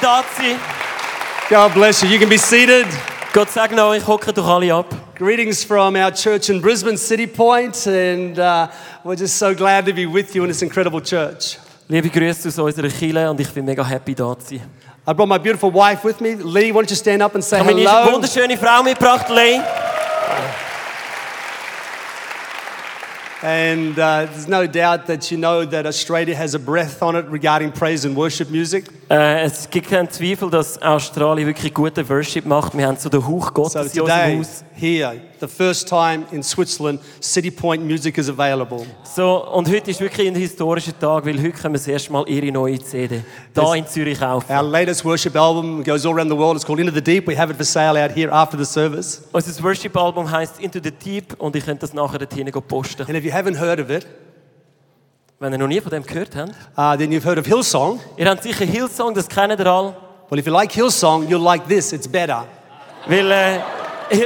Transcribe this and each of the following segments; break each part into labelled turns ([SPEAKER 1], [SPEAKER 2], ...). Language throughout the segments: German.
[SPEAKER 1] da zu sein.
[SPEAKER 2] God bless you. You can be seated.
[SPEAKER 1] Gott segne euch, hockt euch alle ab.
[SPEAKER 2] Greetings from our church in Brisbane, City Point, and uh, we're just so glad to be with you in this incredible church.
[SPEAKER 1] Liebe Grüße aus unserer Kirche und ich bin mega happy da zu sein.
[SPEAKER 2] I brought my beautiful wife with me. Lee, why don't you stand up and say
[SPEAKER 1] Ich habe meine
[SPEAKER 2] hello?
[SPEAKER 1] wunderschöne Frau mitgebracht, Lee.
[SPEAKER 2] And uh, there's no doubt that you know that Australia has a breath on it regarding praise and worship music.
[SPEAKER 1] Äh, es gibt keinen Zweifel, dass Australien wirklich guten Worship macht. Wir haben so den Hauch
[SPEAKER 2] So
[SPEAKER 1] Gottes in unserem
[SPEAKER 2] today,
[SPEAKER 1] Haus.
[SPEAKER 2] here, the first time in Switzerland, City Point music is available.
[SPEAKER 1] So, und heute ist wirklich ein historischer Tag, weil heute können wir das erste Mal ihre neue CD da
[SPEAKER 2] Das-
[SPEAKER 1] in Zürich kaufen.
[SPEAKER 2] Our latest worship album goes all around the world. It's called Into the Deep. We have it for sale out here after the service.
[SPEAKER 1] Unser Worship-Album heisst Into the Deep und ich könnt das nachher dort hinten posten.
[SPEAKER 2] And if you haven't heard of it,
[SPEAKER 1] Wenn ihr noch nie von dem gehört habt.
[SPEAKER 2] uh, then you've heard of Hillsong.
[SPEAKER 1] Ihr habt sicher Hillsong, das kennt ihr alle.
[SPEAKER 2] Well, if you like Hillsong, you'll like this. It's better.
[SPEAKER 1] Weil, äh,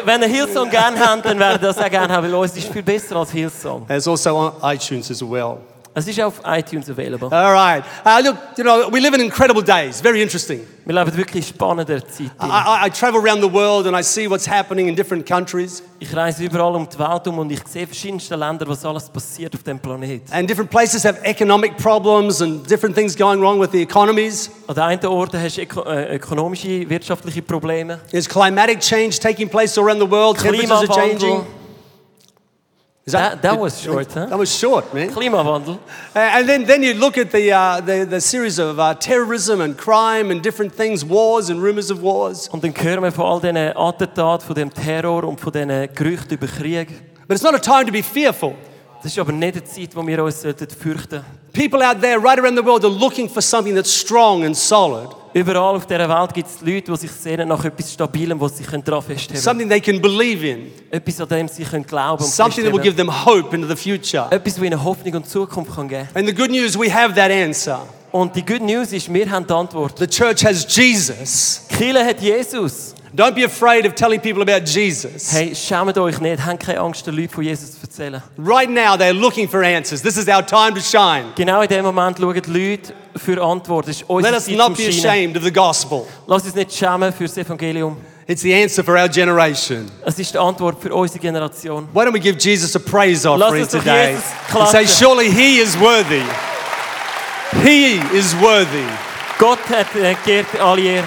[SPEAKER 1] wenn ihr Hillsong gerne habt, dann werdet ihr das auch gerne haben, weil uns ist viel besser als Hillsong.
[SPEAKER 2] And it's also on iTunes as well.
[SPEAKER 1] Es ist auf iTunes available.
[SPEAKER 2] All right. Uh, look, you know, we live in incredible days. Very interesting.
[SPEAKER 1] Wir leben wirklich in spannender Zeit.
[SPEAKER 2] I, I, I travel around the world and I see what's happening in different countries.
[SPEAKER 1] Ich reise überall um die Welt um und ich sehe verschiedenste Länder, was alles passiert auf dem Planeten.
[SPEAKER 2] And different places have economic problems and different things going wrong with the economies.
[SPEAKER 1] An den einen Orten hast du öko äh, ökonomische, wirtschaftliche Probleme.
[SPEAKER 2] There's climatic change taking place around the world. Temperatures are
[SPEAKER 1] Klimawandel.
[SPEAKER 2] changing. Is
[SPEAKER 1] That, that was short, huh?
[SPEAKER 2] That was short, man. Uh,
[SPEAKER 1] Klimawandel.
[SPEAKER 2] And then, then you look at the, uh, the, the series of uh, terrorism and crime and different things, wars and rumors of wars.
[SPEAKER 1] Und dann hören wir von all diesen Attentaten, von dem Terror und von diesen Gerüchten über Krieg.
[SPEAKER 2] But it's not a time to be fearful.
[SPEAKER 1] Das ist aber nicht eine Zeit, wo wir uns sollten fürchten sollten.
[SPEAKER 2] People out there, right around the world, are looking for something that's strong and solid,
[SPEAKER 1] Überall auf dieser Welt gibt es Leute, die sich sehnen nach etwas Stabilem, was sie können daran festhalten können.
[SPEAKER 2] something they can believe in,
[SPEAKER 1] Etwas, an dem sie können glauben und
[SPEAKER 2] something that will
[SPEAKER 1] festhalten
[SPEAKER 2] give them hope into the future.
[SPEAKER 1] Etwas, das ihnen Hoffnung und Zukunft kann geben kann.
[SPEAKER 2] And the good news, we have that answer.
[SPEAKER 1] Und die Good News ist, wir haben die Antwort.
[SPEAKER 2] The church has Jesus.
[SPEAKER 1] Die Kirche hat Jesus.
[SPEAKER 2] Don't be afraid of telling people about Jesus.
[SPEAKER 1] Hey, schämt euch nicht. Habt keine Angst, den Leuten von Jesus zu erzählen.
[SPEAKER 2] Right now, they're looking for answers. This is our time to shine.
[SPEAKER 1] Genau in dem Moment schauen die Leute für Antworten. Das ist
[SPEAKER 2] Let
[SPEAKER 1] unsere
[SPEAKER 2] us
[SPEAKER 1] Zeit
[SPEAKER 2] not
[SPEAKER 1] zum
[SPEAKER 2] be
[SPEAKER 1] Scheinen.
[SPEAKER 2] ashamed of the gospel.
[SPEAKER 1] Lass uns nicht schämen für das Evangelium.
[SPEAKER 2] It's the answer for our generation.
[SPEAKER 1] Es ist die Antwort für unsere Generation.
[SPEAKER 2] Why don't we give Jesus a praise offering
[SPEAKER 1] uns doch
[SPEAKER 2] today?
[SPEAKER 1] Jesus
[SPEAKER 2] And say,
[SPEAKER 1] klatschen.
[SPEAKER 2] surely he is worthy. He is worthy.
[SPEAKER 1] Gott hat äh, geehrt alle Ehre.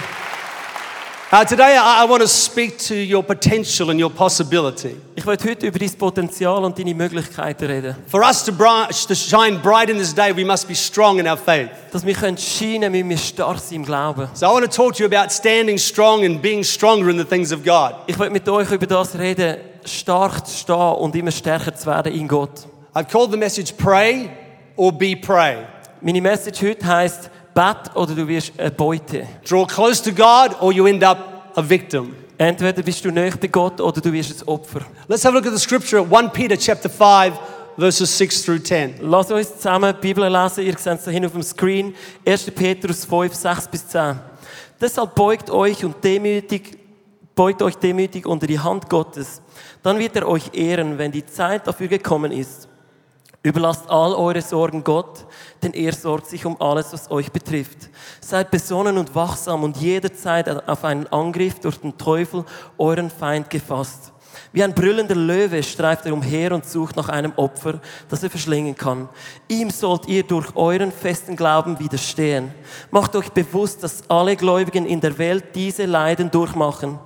[SPEAKER 2] Uh, today, I, I want to speak to your potential and your possibility.
[SPEAKER 1] Ich will heute über dein Potenzial und deine Möglichkeiten reden.
[SPEAKER 2] For us to, bri- to shine bright in this day, we must be strong in our faith.
[SPEAKER 1] Dass wir können scheinen, müssen wir stark sein im Glauben.
[SPEAKER 2] So, I want to talk to you about standing strong and being stronger in the things of God.
[SPEAKER 1] Ich will mit euch über das reden, stark zu stehen und immer stärker zu werden in Gott.
[SPEAKER 2] I've called the message Pray or Be Prey.
[SPEAKER 1] Meine Message heute heisst, bet oder du wirst eine Beute.
[SPEAKER 2] Draw close to God or you end up a victim.
[SPEAKER 1] Entweder bist du näher bei Gott oder du wirst ein Opfer.
[SPEAKER 2] Let's have a look at the scripture at 1 Peter chapter 5 verses 6 through 10.
[SPEAKER 1] Lass uns zusammen die Bibel lesen. Ihr seht es da hinten auf dem Screen. 1. Petrus 5, 6 bis 10. Deshalb beugt euch und demütig, beugt euch demütig unter die Hand Gottes. Dann wird er euch ehren, wenn die Zeit dafür gekommen ist. Überlasst all eure Sorgen Gott, denn er sorgt sich um alles, was euch betrifft. Seid besonnen und wachsam und jederzeit auf einen Angriff durch den Teufel, euren Feind, gefasst. Wie ein brüllender Löwe streift er umher und sucht nach einem Opfer, das er verschlingen kann. Ihm sollt ihr durch euren festen Glauben widerstehen. Macht euch bewusst, dass alle Gläubigen in der Welt diese Leiden durchmachen.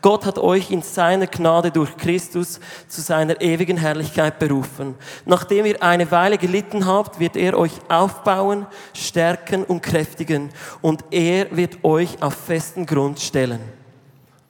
[SPEAKER 1] Gott hat euch in seiner Gnade durch Christus zu seiner ewigen Herrlichkeit berufen. Nachdem ihr eine Weile gelitten habt, wird er euch aufbauen, stärken und kräftigen und er wird euch auf festen Grund stellen.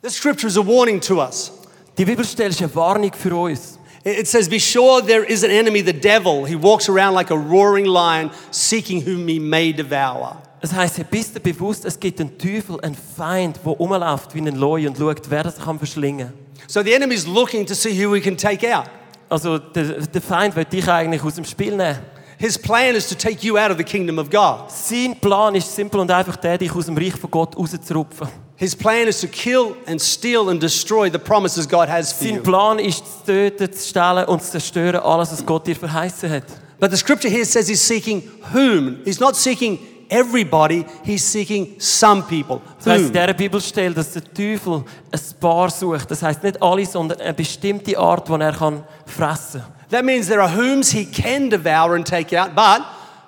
[SPEAKER 2] This scripture is a warning to us.
[SPEAKER 1] Die Bibelstelle ist eine Warnung für uns.
[SPEAKER 2] It it says, Be sure there is an enemy, the devil. He walks around like a roaring lion, seeking whom he may devour.
[SPEAKER 1] Das heißt, ihr bist dir bewusst, es gibt einen Teufel, einen Feind, der rumläuft wie ein Leu und schaut, wer das kann verschlingen.
[SPEAKER 2] So the enemy's looking to see who he can take out.
[SPEAKER 1] Also der, der Feind will dich eigentlich aus dem Spiel nehmen.
[SPEAKER 2] His plan is to take you out of the kingdom of God.
[SPEAKER 1] Sein Plan ist simpel und einfach der, dich aus dem Reich von Gott rauszurupfen.
[SPEAKER 2] His plan is to kill and steal and destroy the promises God has for
[SPEAKER 1] Sein
[SPEAKER 2] you.
[SPEAKER 1] Plan ist zu töten, zu stehlen und zu zerstören, alles, was Gott dir verheißen hat.
[SPEAKER 2] But the scripture here says he's seeking whom. He's not seeking everybody, he's seeking some people.
[SPEAKER 1] Das heisst in
[SPEAKER 2] Who?
[SPEAKER 1] dieser Bibelstelle, dass der Teufel ein Paar sucht. Das heisst nicht alle, sondern eine bestimmte Art, die er kann fressen kann.
[SPEAKER 2] That means there are whom's he can devour and take out, but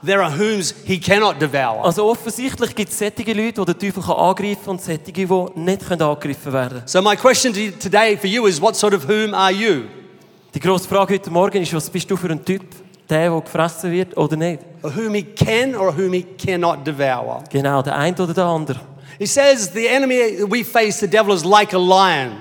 [SPEAKER 2] there are whom's he cannot devour.
[SPEAKER 1] Also offensichtlich gibt es solche Leute, die der Teufel kann angreifen kann und solche, die nicht können angegriffen werden können.
[SPEAKER 2] So, my question to you today for you is what sort of whom are you?
[SPEAKER 1] Die grosse Frage heute Morgen ist, was bist du für ein Typ? Der, der gefressen wird oder nicht?
[SPEAKER 2] Or whom he can or whom he cannot devour?
[SPEAKER 1] Genau, der eine oder der andere.
[SPEAKER 2] He says the enemy we face, the devil, is like a lion.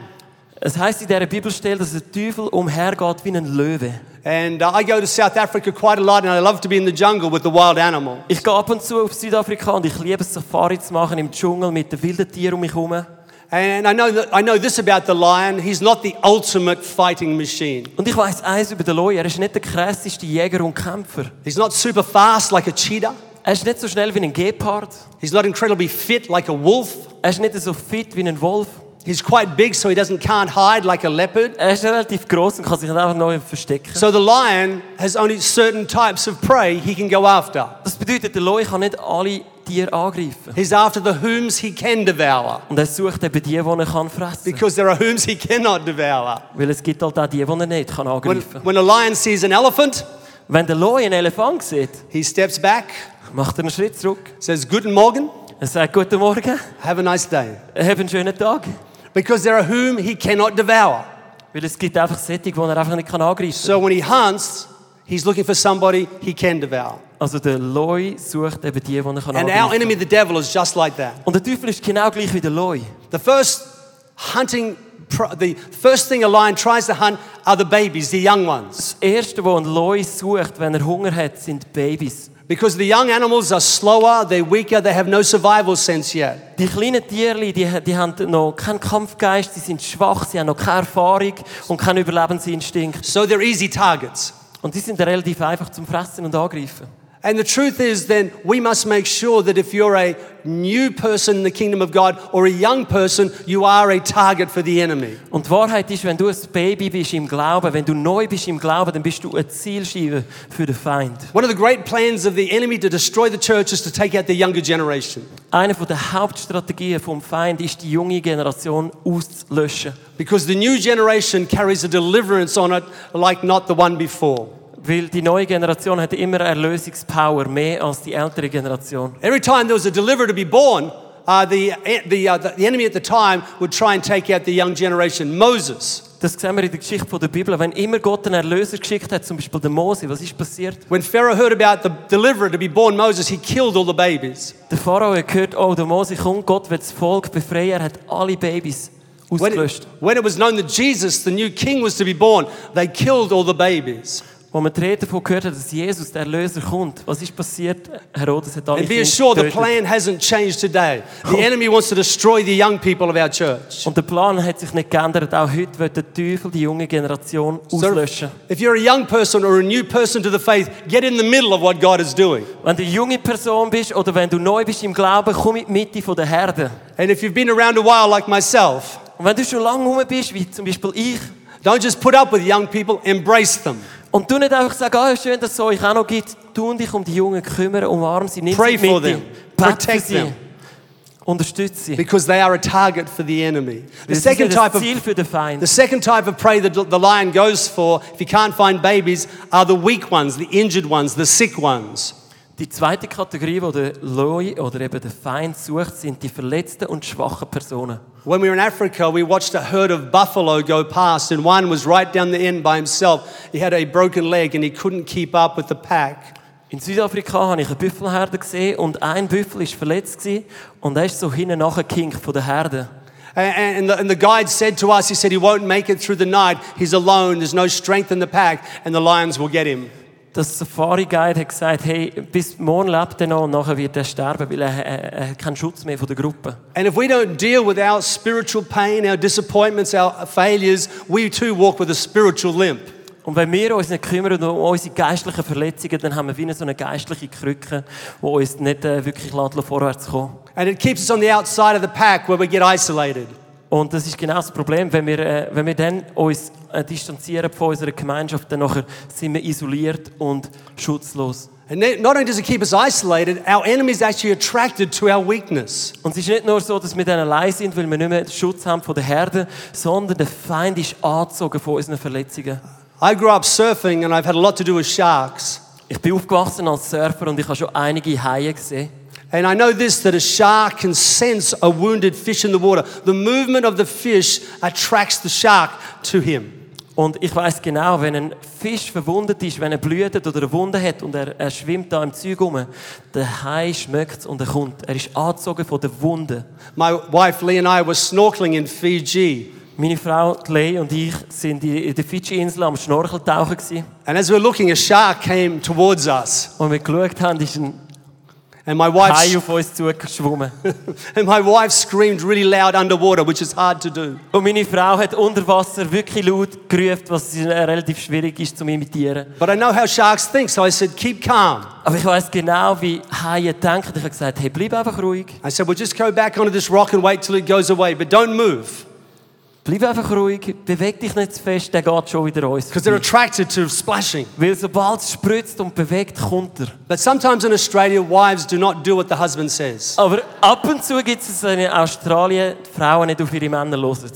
[SPEAKER 1] Es heißt in dieser Bibelstelle, dass der Teufel umhergeht wie ein Löwe.
[SPEAKER 2] And uh, I go to South Africa quite a lot, and I love to be in the jungle with the wild animal.
[SPEAKER 1] Ich gehe ab und zu auf Südafrika und ich liebe es, Safari zu machen im Dschungel mit den wilden Tieren um mich herum.
[SPEAKER 2] And I know, that, I know this about the lion he's not the ultimate fighting machine.
[SPEAKER 1] Und ich weiß eins über den Löwe, er ist nicht der krasseste Jäger und Kämpfer.
[SPEAKER 2] He's not super fast like a cheetah,
[SPEAKER 1] Er ist nicht so schnell wie ein Gepard.
[SPEAKER 2] he's not incredibly fit like a wolf.
[SPEAKER 1] Er ist nicht so fit wie ein Wolf.
[SPEAKER 2] He's quite big, so he doesn't, can't hide like a leopard.
[SPEAKER 1] Er ist relativ groß und kann sich einfach neu verstecken.
[SPEAKER 2] So the lion has only certain types of prey he can go after.
[SPEAKER 1] Das bedeutet, der Löwe kann nicht alle Tiere angreifen.
[SPEAKER 2] He's after the whoms he can devour,
[SPEAKER 1] Und er sucht eben die, die er kann fressen kann.
[SPEAKER 2] because there are whoms he cannot devour.
[SPEAKER 1] Weil es gibt halt auch die, die er nicht kann
[SPEAKER 2] When,
[SPEAKER 1] angreifen kann.
[SPEAKER 2] when a lion sees an elephant,
[SPEAKER 1] Wenn der Löwe einen Elefant sieht,
[SPEAKER 2] he steps back,
[SPEAKER 1] macht er einen Schritt zurück.
[SPEAKER 2] says, Guten Morgen,
[SPEAKER 1] Er sagt, guten Morgen,
[SPEAKER 2] have a nice day.
[SPEAKER 1] hab einen schönen Tag.
[SPEAKER 2] Because there are whom he cannot devour.
[SPEAKER 1] Weil es gibt einfach Sättig, die er einfach nicht kann angreifen kann.
[SPEAKER 2] So when he hunts, he's looking for somebody he can devour.
[SPEAKER 1] Also der Löwe sucht eben die, die er kann angreifen
[SPEAKER 2] And our
[SPEAKER 1] kann.
[SPEAKER 2] enemy, the devil, is just like that.
[SPEAKER 1] Und der Teufel ist genau gleich wie der Löwe.
[SPEAKER 2] The first hunting, pr- the first thing a lion tries to hunt are the babies, the young ones.
[SPEAKER 1] Das Erste, was ein Löwe sucht, wenn er Hunger hat, sind Babys.
[SPEAKER 2] Because the young animals are slower, they're weaker, they have no survival sense yet.
[SPEAKER 1] Die kleinen Tierli, die, die haben noch keinen Kampfgeist, die sind schwach, sie haben noch keine Erfahrung und keinen Überlebensinstinkt.
[SPEAKER 2] So they're easy targets.
[SPEAKER 1] Und die sind relativ einfach zum Fressen und Angreifen.
[SPEAKER 2] And the truth is, then, we must make sure that if you're a new person in the kingdom of God or a young person, you are a target for the enemy.
[SPEAKER 1] Und die Wahrheit ist, wenn du ein Baby bist im Glauben, wenn du neu bist im Glauben, dann bist du eine Zielscheibe für den Feind.
[SPEAKER 2] One of the great plans of the enemy to destroy the church is to take out the younger generation
[SPEAKER 1] Eine der Hauptstrategien vom Feind ist, die junge Generation auszulöschen.
[SPEAKER 2] because the new generation carries a deliverance on it like not the one before.
[SPEAKER 1] Weil die neue Generation hat immer Erlösungspower, mehr als die ältere Generation.
[SPEAKER 2] Every time there was a deliverer to be born, uh, the, the, uh, the enemy at the time would try and take out the young generation. Moses,
[SPEAKER 1] Das sehen wir in der Geschichte von der Bibel. Wenn immer Gott einen Erlöser geschickt hat, zum Beispiel den Mose, was ist passiert?
[SPEAKER 2] when Pharaoh heard about the deliverer to be born, Moses, he killed all the babies.
[SPEAKER 1] Der Pharao hat gehört, oh, der Mose kommt, Gott will das Volk befreien, er hat alle Babys
[SPEAKER 2] When it,
[SPEAKER 1] ausgelöscht.
[SPEAKER 2] when it was known that Jesus, the new king, was to be born, they killed all the babies.
[SPEAKER 1] Wo man die Rede davon gehört hat, dass Jesus, der Erlöser, kommt. Was ist passiert? Herodes hat alle
[SPEAKER 2] And be
[SPEAKER 1] Kinder
[SPEAKER 2] assured, the
[SPEAKER 1] getötet.
[SPEAKER 2] plan hasn't changed today. The enemy wants to destroy the young people of our church.
[SPEAKER 1] Und der Plan hat sich nicht geändert. Auch heute will der Teufel die junge Generation
[SPEAKER 2] So
[SPEAKER 1] auslöschen.
[SPEAKER 2] if you're a young person or a new person to the faith, get in the middle of what God is doing.
[SPEAKER 1] Wenn du eine junge Person bist oder wenn du neu bist im Glauben, komm in die Mitte von der Herde.
[SPEAKER 2] And if you've been around a while, like myself,
[SPEAKER 1] Und wenn du schon lange rum bist, wie zum Beispiel ich,
[SPEAKER 2] don't just put up with young people, embrace them.
[SPEAKER 1] und du nicht einfach sagst, ah, schön, dass es euch auch noch gibt, tu dich um die Jungen kümmern, umarm sie, nimm
[SPEAKER 2] Pray
[SPEAKER 1] sie in
[SPEAKER 2] for
[SPEAKER 1] die Mitte,
[SPEAKER 2] them.
[SPEAKER 1] bete für
[SPEAKER 2] Protect
[SPEAKER 1] sie,
[SPEAKER 2] them.
[SPEAKER 1] unterstütze sie.
[SPEAKER 2] Because they are a target for the enemy. The
[SPEAKER 1] Das ist
[SPEAKER 2] second
[SPEAKER 1] ja
[SPEAKER 2] type
[SPEAKER 1] das
[SPEAKER 2] of
[SPEAKER 1] Ziel für den Feind.
[SPEAKER 2] The second type of prey that the lion goes for, if he can't find babies, are the weak ones, the injured ones, the sick ones.
[SPEAKER 1] Die zweite Kategorie, die der Loi oder eben der Feind sucht, sind die verletzten und schwachen Personen.
[SPEAKER 2] When we were in Africa, we watched a herd of buffalo go past, and one was right down the end by himself. He had a broken leg and he couldn't keep up with the pack.
[SPEAKER 1] In Südafrika habe ich eine Büffelherde gesehen und ein Büffel war verletzt gewesen und er ist so hinten nachgekinkt von der Herde.
[SPEAKER 2] A- a- And the, and the guide said to us, he said, he won't make it through the night. He's alone. There's no strength in the pack, and the lions will get him.
[SPEAKER 1] Das Safari-Guide hat gesagt, hey, bis morgen lebt er noch und nachher wird er sterben, weil er, er, er hat keinen Schutz mehr von der Gruppe.
[SPEAKER 2] And if we don't deal with our spiritual pain, our disappointments, our failures, we too walk with a spiritual limp.
[SPEAKER 1] Und wenn wir uns nicht kümmern um unsere geistlichen Verletzungen, dann haben wir wie so eine geistliche Krücke, die uns nicht äh, wirklich lässt, vorwärts kommen.
[SPEAKER 2] And it keeps us on the outside of the pack where we get isolated.
[SPEAKER 1] Und das ist genau das Problem, wenn wir, äh, wenn wir dann uns äh, distanzieren von unserer Gemeinschaft, dann nachher sind wir isoliert und schutzlos.
[SPEAKER 2] And then- not only does it keep us isolated, our enemy is actually attracted to our weakness.
[SPEAKER 1] Und es ist nicht nur so, dass wir dann allein sind, weil wir nicht mehr Schutz haben von der Herde, sondern der Feind ist angezogen von unseren Verletzungen.
[SPEAKER 2] I grew up surfing and I've had a lot to do with sharks.
[SPEAKER 1] Ich bin aufgewachsen als Surfer und ich habe schon einige Haie gesehen.
[SPEAKER 2] And I know this that a shark can sense a wounded fish in the water. The movement of the fish attracts the shark to him.
[SPEAKER 1] Und ich weiß genau, wenn ein Fisch verwundet ist, wenn er blüht oder eine Wunde hat und er, er schwimmt da im Zeug rum, der Hai schmeckt und er kommt. Er ist angezogen von der Wunde.
[SPEAKER 2] My wife Lee and I were snorkeling in Fiji.
[SPEAKER 1] Meine Frau die Lei und ich sind in in der Fidschi-Insel am Schnorcheltauchen gewesen.
[SPEAKER 2] And as we were looking, a shark came towards us.
[SPEAKER 1] und wir geschaut haben, ist ein
[SPEAKER 2] And my
[SPEAKER 1] Hai
[SPEAKER 2] wife,
[SPEAKER 1] auf uns zugeschwommen.
[SPEAKER 2] and my wife screamed really loud underwater, which is hard to do.
[SPEAKER 1] Und meine Frau hat unter Wasser wirklich laut gerufen, was äh, relativ schwierig ist zu imitieren.
[SPEAKER 2] But I know how sharks think, so I said, keep calm.
[SPEAKER 1] Aber ich weiß genau, wie Haie denken. Ich habe gesagt, hey, bleib einfach ruhig.
[SPEAKER 2] I said, well, just go back onto this rock and wait till it goes away, but don't move.
[SPEAKER 1] Bleib einfach ruhig, beweg dich nicht zu fest, der geht schon wieder uns.
[SPEAKER 2] Because they're
[SPEAKER 1] vorbei.
[SPEAKER 2] attracted to splashing.
[SPEAKER 1] Weil sobald es spritzt und bewegt, kommt er.
[SPEAKER 2] But sometimes in Australia, wives do not do what the husband says.
[SPEAKER 1] Aber ab und zu gibt es in Australien, die Frauen nicht auf ihre Männer hören.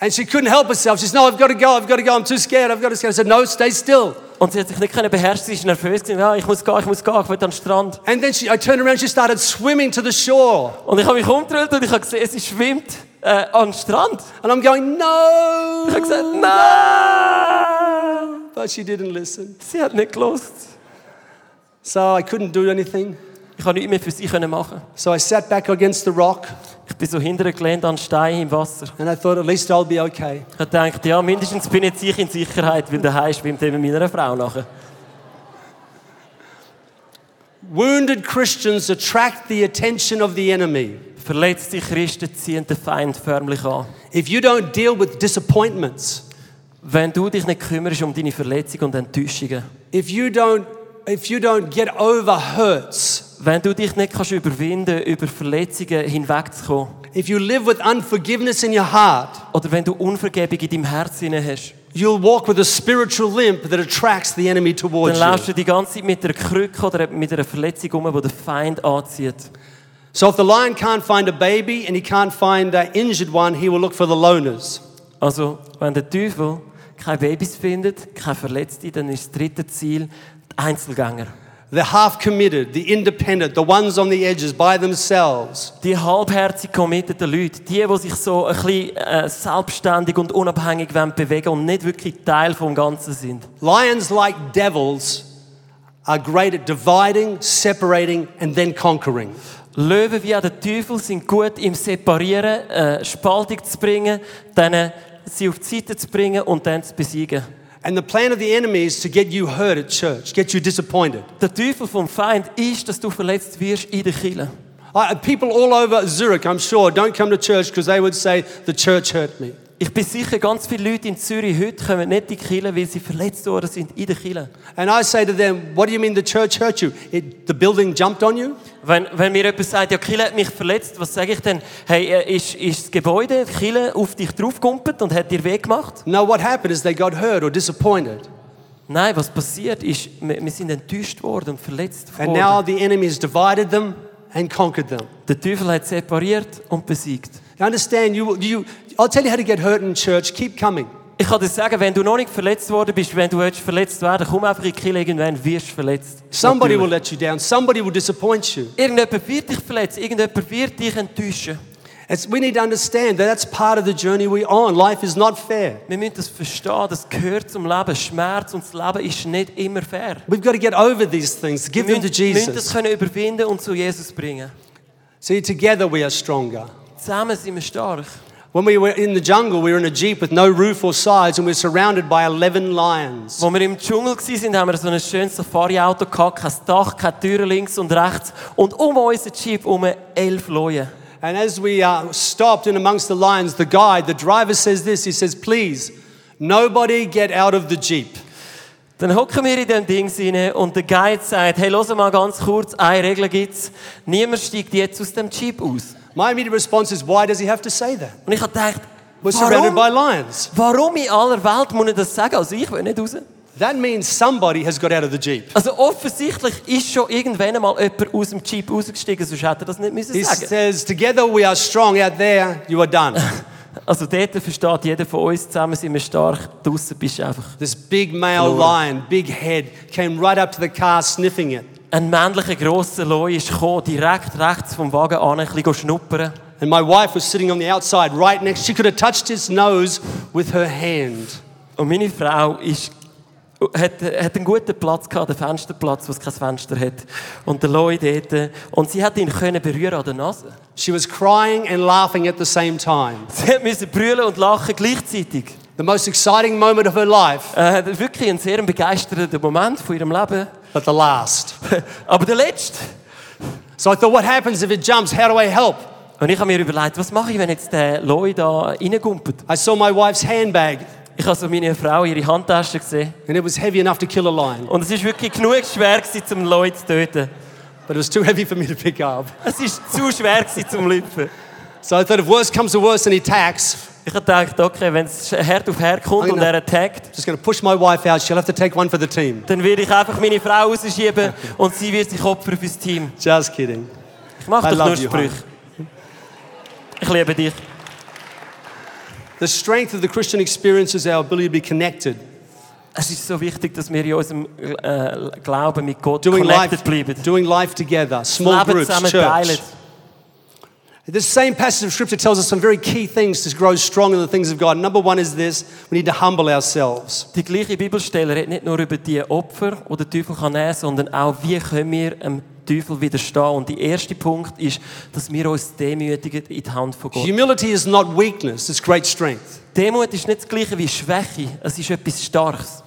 [SPEAKER 2] And she couldn't help herself. She says, No, I've got to go. I've got to go. I'm too scared. I've got to scared. I said, No, stay still.
[SPEAKER 1] Und sie hat sich nicht können beherrschen, sie ist nervös gewesen. Ja, ich muss gehen, ich muss gehen, ich will an den Strand.
[SPEAKER 2] And then she, I turned around. She started swimming to the shore.
[SPEAKER 1] Und ich habe mich umgedreht und ich habe gesehen, sie schwimmt äh, an den Strand.
[SPEAKER 2] And I'm going,
[SPEAKER 1] Ich habe
[SPEAKER 2] No.
[SPEAKER 1] gesagt, nein!
[SPEAKER 2] But she didn't listen.
[SPEAKER 1] Sie hat nicht gelost.
[SPEAKER 2] So I couldn't do anything.
[SPEAKER 1] Ich konnte nichts mehr für sie können machen.
[SPEAKER 2] So I sat back against the rock
[SPEAKER 1] Ich bin so hinterher gelehnt an den Stein im Wasser.
[SPEAKER 2] and I thought, At least I'll be okay.
[SPEAKER 1] Ich habe gedacht, ja, mindestens bin jetzt ich in Sicherheit, weil daheim schwimmt eben meiner Frau nachher.
[SPEAKER 2] Wounded Christians attract the attention of the enemy.
[SPEAKER 1] Verletzte Christen ziehen den Feind förmlich an.
[SPEAKER 2] If you don't deal with disappointments,
[SPEAKER 1] Wenn du dich nicht kümmerst um deine Verletzungen und Enttäuschungen,
[SPEAKER 2] if you don't, if you don't get over hurts,
[SPEAKER 1] wenn du dich nicht kannst überwinden über Verletzungen hinwegzukommen,
[SPEAKER 2] If you live with unforgiveness in your heart,
[SPEAKER 1] oder wenn du Unvergebung in deinem Herz hinein hast,
[SPEAKER 2] you'll walk with a spiritual limp that attracts the enemy
[SPEAKER 1] dann
[SPEAKER 2] towards
[SPEAKER 1] laufst
[SPEAKER 2] you.
[SPEAKER 1] du die ganze Zeit mit einer Krücke oder mit einer Verletzung um, die der Feind anzieht.
[SPEAKER 2] So if the lion can't find a baby and he can't find an injured one, he will look for the loners.
[SPEAKER 1] Also, wenn der Teufel keine Babys findet, keine Verletzte, dann ist das dritte Ziel die Einzelgänger.
[SPEAKER 2] The half committed, the independent, the ones on the edges by themselves.
[SPEAKER 1] Die halbherzig committeten Leute, die, die sich so ein bisschen äh, selbstständig und unabhängig wollen bewegen und nicht wirklich Teil vom Ganzen sind.
[SPEAKER 2] Lions, like devils, are great at dividing, separating, and then conquering.
[SPEAKER 1] Löwen wie auch der Teufel sind gut im Separieren, äh, Spaltung zu bringen, dann äh, sie auf die Seite zu bringen und dann zu besiegen.
[SPEAKER 2] And the plan of the enemy is to get you hurt at church, get you disappointed.
[SPEAKER 1] Der Teufel vom Feind ist, dass du verletzt wirst in der Kirche.
[SPEAKER 2] I, people all over Zurich, I'm sure, don't come to church because they would say, the church hurt me.
[SPEAKER 1] Ich bin sicher, ganz viele Leute in Zürich heute kommen nicht in die Kirche, weil sie verletzt worden sind in der Kirche.
[SPEAKER 2] And I say to them, What do you mean the church hurt you? It, the building jumped on you?
[SPEAKER 1] Wenn, wenn mir jemand sagt, ja, die Kirche hat mich verletzt, was sage ich denn? Hey, äh, ist, ist das Gebäude, die Kirche, auf dich draufgumpelt und hat dir weh gemacht?
[SPEAKER 2] No, what happened is they got hurt or disappointed.
[SPEAKER 1] Nein, was passiert ist, wir, wir sind enttäuscht worden und verletzt
[SPEAKER 2] And now
[SPEAKER 1] worden.
[SPEAKER 2] the enemy has divided them and conquered them.
[SPEAKER 1] Der Teufel hat separiert und besiegt.
[SPEAKER 2] You understand, you, you, I'll tell you how to get hurt in church. Keep coming.
[SPEAKER 1] Ich kann dir sagen, wenn du noch nicht verletzt worden bist, wenn du willst verletzt werden, komm einfach in die Kirche, irgendwann wirst du verletzt.
[SPEAKER 2] Somebody will
[SPEAKER 1] Natürlich.
[SPEAKER 2] let you down, somebody will disappoint you.
[SPEAKER 1] Irgendjemand wird dich verletzen, irgendjemand wird dich enttäuschen.
[SPEAKER 2] It's, we need to understand that that's part of the journey we're on. Life is not fair.
[SPEAKER 1] Wir müssen das verstehen, das gehört zum Leben. Schmerz und das Leben ist nicht immer fair.
[SPEAKER 2] We've got to get over these things, give
[SPEAKER 1] wir
[SPEAKER 2] them to
[SPEAKER 1] müssen, wir müssen das
[SPEAKER 2] Jesus.
[SPEAKER 1] können überwinden und zu Jesus bringen.
[SPEAKER 2] See, together we are stronger.
[SPEAKER 1] Zusammen sind wir stark.
[SPEAKER 2] When we were in the jungle, we were in a jeep with no roof or sides, and we were surrounded by 11 lions.
[SPEAKER 1] Als wir im Dschungel waren, haben wir so ein schönes Safari-Auto gehabt, kein Dach, keine Türen links und rechts. Und um unseren Jeep um elf Leute.
[SPEAKER 2] And as we uh, stopped in amongst the lions, the guide, the driver says this he says, Please, nobody get out of the Jeep.
[SPEAKER 1] Dann hocken wir in dem Ding rein und der Guide sagt, hey, hör mal ganz kurz, eine Regel gibt's. Niemand steigt jetzt aus dem Jeep aus.
[SPEAKER 2] My immediate response is, why does he have to say that?
[SPEAKER 1] Und ich habe gedacht,
[SPEAKER 2] We're surrounded by
[SPEAKER 1] warum,
[SPEAKER 2] lions.
[SPEAKER 1] warum in aller Welt muss ich das sagen? Also ich will nicht raus.
[SPEAKER 2] That means somebody has got out of the Jeep.
[SPEAKER 1] Also offensichtlich ist schon irgendwann einmal jemand aus dem Jeep rausgestiegen, sonst hätte er das nicht müssen
[SPEAKER 2] He
[SPEAKER 1] sagen
[SPEAKER 2] says, Together we are strong. Out there, you are done.
[SPEAKER 1] Also dort versteht jeder von uns, zusammen sind wir stark, draussen bist du einfach.
[SPEAKER 2] this big male lion, big head, came right up to the car sniffing it.
[SPEAKER 1] Ein männlicher grosser Leu ist gekommen, direkt rechts vom Wagen an, ein bisschen schnuppern.
[SPEAKER 2] And my wife was sitting on the outside right next. She could have touched his nose with her hand.
[SPEAKER 1] Und meine Frau ist, hat, hat einen guten Platz gehabt, den Fensterplatz, wo es kein Fenster hat. Und der Leu dort. Und sie hat ihn können berühren an der Nase.
[SPEAKER 2] She was crying and laughing at the same time.
[SPEAKER 1] Sie musste brüllen und lachen gleichzeitig.
[SPEAKER 2] The most exciting moment of her life,
[SPEAKER 1] Äh, wirklich ein sehr begeisternder Moment von ihrem Leben.
[SPEAKER 2] but the last.
[SPEAKER 1] Aber der letzte.
[SPEAKER 2] So I thought, what happens if it jumps? How do I help?
[SPEAKER 1] Und ich habe mir überlegt, was mache ich, wenn jetzt der Leu da reingumpelt?
[SPEAKER 2] I saw my wife's handbag,
[SPEAKER 1] Ich habe so meine Frau ihre Handtasche gesehen.
[SPEAKER 2] and it was heavy enough to kill a lion,
[SPEAKER 1] Und es war wirklich genug schwer, gewesen, um Leu zu töten.
[SPEAKER 2] but it was too heavy for me to pick up.
[SPEAKER 1] Es war zu schwer gewesen, zum Lüpfen.
[SPEAKER 2] So I thought, if worse comes to worse and he attacks,
[SPEAKER 1] Ich habe gedacht, okay, wenn es Herd auf Herd kommt und er attackt,
[SPEAKER 2] just going to push my wife out. She'll have to take one for the team.
[SPEAKER 1] dann werde ich einfach meine Frau rausschieben und sie wird sich opfern fürs Team.
[SPEAKER 2] Just kidding.
[SPEAKER 1] Ich mache
[SPEAKER 2] I
[SPEAKER 1] doch
[SPEAKER 2] love
[SPEAKER 1] nur
[SPEAKER 2] you,
[SPEAKER 1] Sprüche. Ich liebe dich.
[SPEAKER 2] The strength of the Christian experience is our ability to be connected,
[SPEAKER 1] Es ist so wichtig, dass wir in unserem äh, Glauben mit Gott
[SPEAKER 2] doing
[SPEAKER 1] connected
[SPEAKER 2] life,
[SPEAKER 1] bleiben.
[SPEAKER 2] doing life together, small
[SPEAKER 1] Leben
[SPEAKER 2] groups,
[SPEAKER 1] zusammen
[SPEAKER 2] church.
[SPEAKER 1] teilen.
[SPEAKER 2] This same passage of scripture tells us some very key things to grow strong in the things of God. Number one is this: we need to humble ourselves.
[SPEAKER 1] Die gleiche Bibelstelle redet nicht nur über die Opfer, die der Teufel kann nehmen kann, sondern auch, wie können wir dem Teufel widerstehen. Und der erste Punkt ist, dass wir uns demütigen in die Hand von Gott.
[SPEAKER 2] Humility is not weakness; it's great strength.
[SPEAKER 1] Demut ist nicht das Gleiche wie Schwäche, es ist etwas Starkes.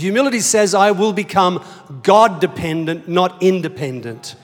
[SPEAKER 2] Humility says, "I will become God-dependent, not independent."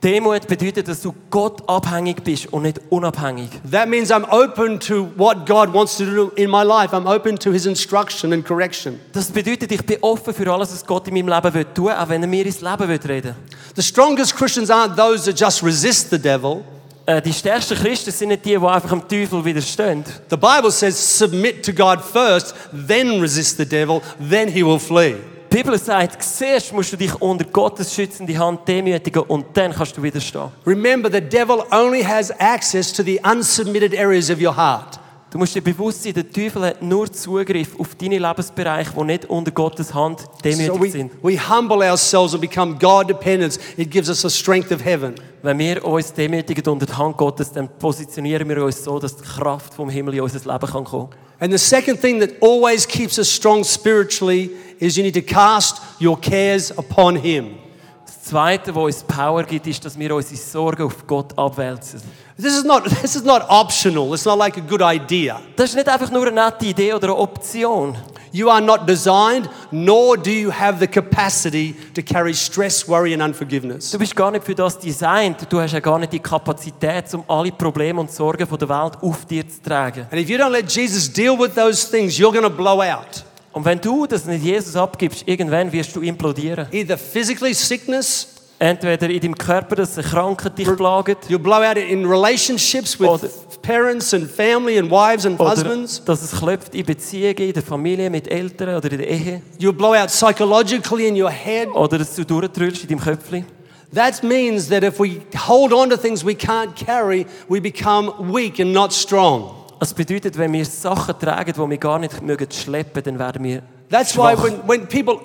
[SPEAKER 1] Demut bedeutet, dass du Gott abhängig bist und nicht unabhängig.
[SPEAKER 2] That means I'm open to what God wants to do in my life. I'm open to His instruction and correction.
[SPEAKER 1] Das bedeutet, ich bin offen für alles, was Gott in meinem Leben will tun, auch wenn er mir ins Leben will reden.
[SPEAKER 2] The strongest Christians aren't those that just resist the devil.
[SPEAKER 1] Äh, die stärksten Christen sind nicht die, die einfach dem Teufel widerstehen.
[SPEAKER 2] The Bible says, submit to God first, then resist the devil, then he will flee.
[SPEAKER 1] Die Bibel sagt, zuerst musst du dich unter Gottes schützende Hand demütigen und dann kannst du widerstehen.
[SPEAKER 2] Remember, the devil only has access to the unsubmitted areas of your heart.
[SPEAKER 1] Du musst dir bewusst sein, der Teufel hat nur Zugriff auf deine Lebensbereiche, die nicht unter Gottes Hand demütig
[SPEAKER 2] So we,
[SPEAKER 1] sind.
[SPEAKER 2] we humble ourselves and become God dependent. It gives us the strength of heaven.
[SPEAKER 1] Wenn wir uns demütigen unter die Hand Gottes, dann positionieren wir uns so, dass die Kraft vom Himmel in unser Leben kann kommen kann.
[SPEAKER 2] And the second thing that always keeps us strong spiritually is you need to cast your cares upon him.
[SPEAKER 1] Das Zweite, was uns Power gibt, ist, dass wir unsere Sorgen auf Gott abwälzen.
[SPEAKER 2] This is not, this is not optional. It's not like a good idea.
[SPEAKER 1] Das ist nicht einfach nur eine nette Idee oder eine Option.
[SPEAKER 2] You are not designed, nor do you have the capacity to carry stress, worry, and unforgiveness.
[SPEAKER 1] Du bist gar nicht für das designt. Du hast ja gar nicht die Kapazität, um alle Probleme und Sorgen von der Welt auf dir zu tragen.
[SPEAKER 2] And if you don't let Jesus deal with those things, you're going to blow out.
[SPEAKER 1] Und wenn du das nicht Jesus abgibst, irgendwann wirst du implodieren.
[SPEAKER 2] Either physically, sickness,
[SPEAKER 1] Entweder in deinem Körper, dass eine Krankheit dich plagt,
[SPEAKER 2] you'll blow out in relationships with parents and family and wives and
[SPEAKER 1] oder
[SPEAKER 2] husbands.
[SPEAKER 1] dass es klopft in Beziehungen, in der Familie, mit Eltern oder in der Ehe.
[SPEAKER 2] You'll blow out psychologically in your head.
[SPEAKER 1] Oder dass du durchdrüllst in deinem Köpfchen.
[SPEAKER 2] That means that if we hold on to things we can't carry, we become weak and not strong.
[SPEAKER 1] Das bedeutet, wenn wir Sachen tragen, die wir gar nicht mögen schleppen, dann werden wir
[SPEAKER 2] That's why
[SPEAKER 1] schwach.
[SPEAKER 2] when, when people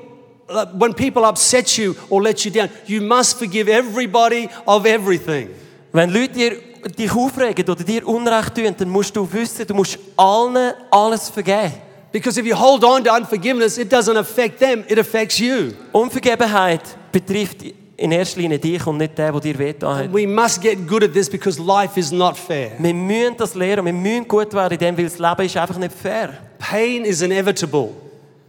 [SPEAKER 2] uh, when people upset you or let you down, you must forgive everybody of everything.
[SPEAKER 1] Wenn Leute dir, dich aufregen oder dir Unrecht tun, dann musst du wissen, du musst allen alles vergeben.
[SPEAKER 2] Because if you hold on to unforgiveness, it doesn't affect them, it affects you.
[SPEAKER 1] Unvergebenheit betrifft in erster Linie dich und nicht den, der dir wehgetan hat.
[SPEAKER 2] We must get good at this because life is not fair.
[SPEAKER 1] Wir müssen das lernen, wir müssen gut werden in dem, weil das Leben ist einfach nicht fair.
[SPEAKER 2] Pain is inevitable.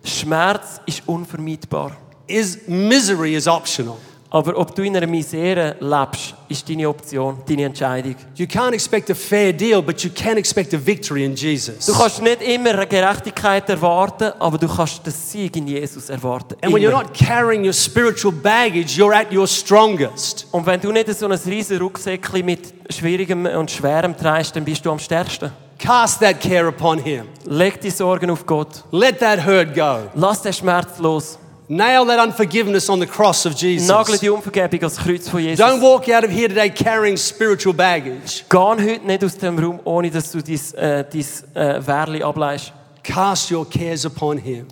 [SPEAKER 1] Schmerz ist unvermeidbar.
[SPEAKER 2] Is misery is optional.
[SPEAKER 1] Aber ob du in einer Misere lebst, ist deine Option, deine Entscheidung.
[SPEAKER 2] You can't expect a fair deal, but you can expect a victory in Jesus.
[SPEAKER 1] Du kannst nicht immer eine Gerechtigkeit erwarten, aber du kannst den Sieg in Jesus erwarten.
[SPEAKER 2] And when you're
[SPEAKER 1] Immer.
[SPEAKER 2] not carrying your spiritual baggage, you're at your strongest.
[SPEAKER 1] Und wenn du nicht so ein riesen Rucksäckchen mit Schwierigem und Schwerem trägst, dann bist du am stärksten.
[SPEAKER 2] Cast that care upon Him.
[SPEAKER 1] Leg die Sorgen auf Gott.
[SPEAKER 2] Let that hurt go.
[SPEAKER 1] Lass den Schmerz los.
[SPEAKER 2] Nail that unforgiveness on the cross of
[SPEAKER 1] Nagle
[SPEAKER 2] Jesus.
[SPEAKER 1] die Unvergebung ans Kreuz von Jesus.
[SPEAKER 2] Don't walk out of here today carrying spiritual baggage.
[SPEAKER 1] Geh heute nicht aus dem Raum, ohne dass du dein, äh, dein äh, Wehrli ableist.
[SPEAKER 2] Cast your cares upon Him.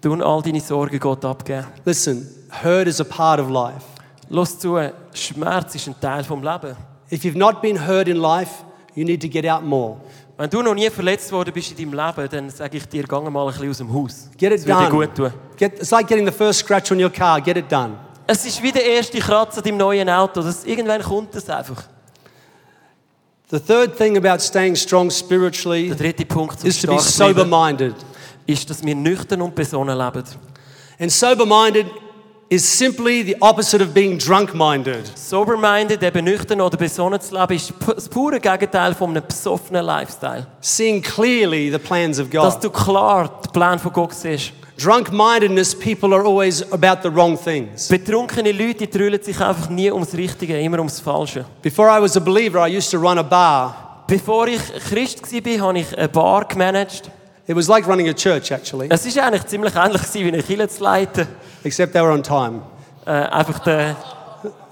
[SPEAKER 1] Du all deine Sorgen Gott abgeben.
[SPEAKER 2] Listen, hurt is a part of life.
[SPEAKER 1] Los zu, Schmerz ist ein Teil vom Leben.
[SPEAKER 2] If you've not been hurt in life, you need to get out more.
[SPEAKER 1] Wenn du noch nie verletzt worden bist in deinem Leben, dann sage ich dir, geh mal ein bisschen aus dem Haus.
[SPEAKER 2] Get it
[SPEAKER 1] das würde dir
[SPEAKER 2] done.
[SPEAKER 1] gut tun.
[SPEAKER 2] Get, it's like getting the first scratch on your car. Get it done.
[SPEAKER 1] Es ist wie der erste Kratzer deinem neuen Auto. Das, irgendwann kommt das einfach.
[SPEAKER 2] The third thing about staying strong spiritually
[SPEAKER 1] Der dritte Punkt zum
[SPEAKER 2] is to be
[SPEAKER 1] stark
[SPEAKER 2] sober
[SPEAKER 1] bleiben,
[SPEAKER 2] minded.
[SPEAKER 1] ist, dass wir nüchtern und besonnen leben.
[SPEAKER 2] And sober minded is simply the opposite of being drunk minded.
[SPEAKER 1] Sober-minded, eben nüchtern oder besonnen zu leben, ist pu- das pure Gegenteil von einem besoffenen Lifestyle.
[SPEAKER 2] Seeing clearly the plans of
[SPEAKER 1] Dass
[SPEAKER 2] God.
[SPEAKER 1] du klar den Plan von Gott siehst.
[SPEAKER 2] Drunk mindedness, people are always about the wrong things.
[SPEAKER 1] Betrunkene Leute trüllen sich einfach nie ums Richtige, immer ums Falsche.
[SPEAKER 2] Before I was a believer, I used to run a bar.
[SPEAKER 1] Bevor ich Christ war, habe ich eine Bar gemanagt.
[SPEAKER 2] It was like running a church, actually,
[SPEAKER 1] Es war eigentlich ziemlich ähnlich gewesen, wie eine Kirche zu leiten.
[SPEAKER 2] except they were on time.
[SPEAKER 1] Äh, einfach der...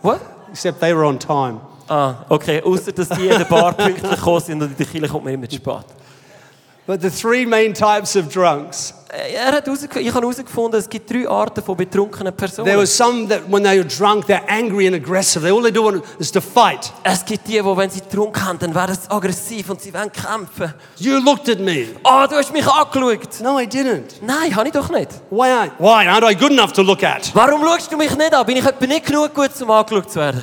[SPEAKER 1] What?
[SPEAKER 2] Except they were on time.
[SPEAKER 1] Ah, okay. Außer dass die in der Bar pünktlich gekommen sind und in der Kirche kommt man immer zu spät.
[SPEAKER 2] But the three main types of drunks
[SPEAKER 1] Äh, Er hat herausgef- ich habe herausgefunden, es gibt drei Arten von betrunkenen Personen.
[SPEAKER 2] There were some that when they are drunk, they're angry and aggressive. They, all they do is to fight.
[SPEAKER 1] es gibt die, die, wenn sie getrunken haben, dann werden sie aggressiv und sie wollen kämpfen.
[SPEAKER 2] You looked at me.
[SPEAKER 1] Ah, du hast mich angeschaut.
[SPEAKER 2] No, I didn't.
[SPEAKER 1] Nein, habe ich doch nicht.
[SPEAKER 2] Why aren't, why aren't I good enough to look at?
[SPEAKER 1] Warum schaust du mich nicht an? Bin ich etwa nicht genug gut, um angeschaut zu werden?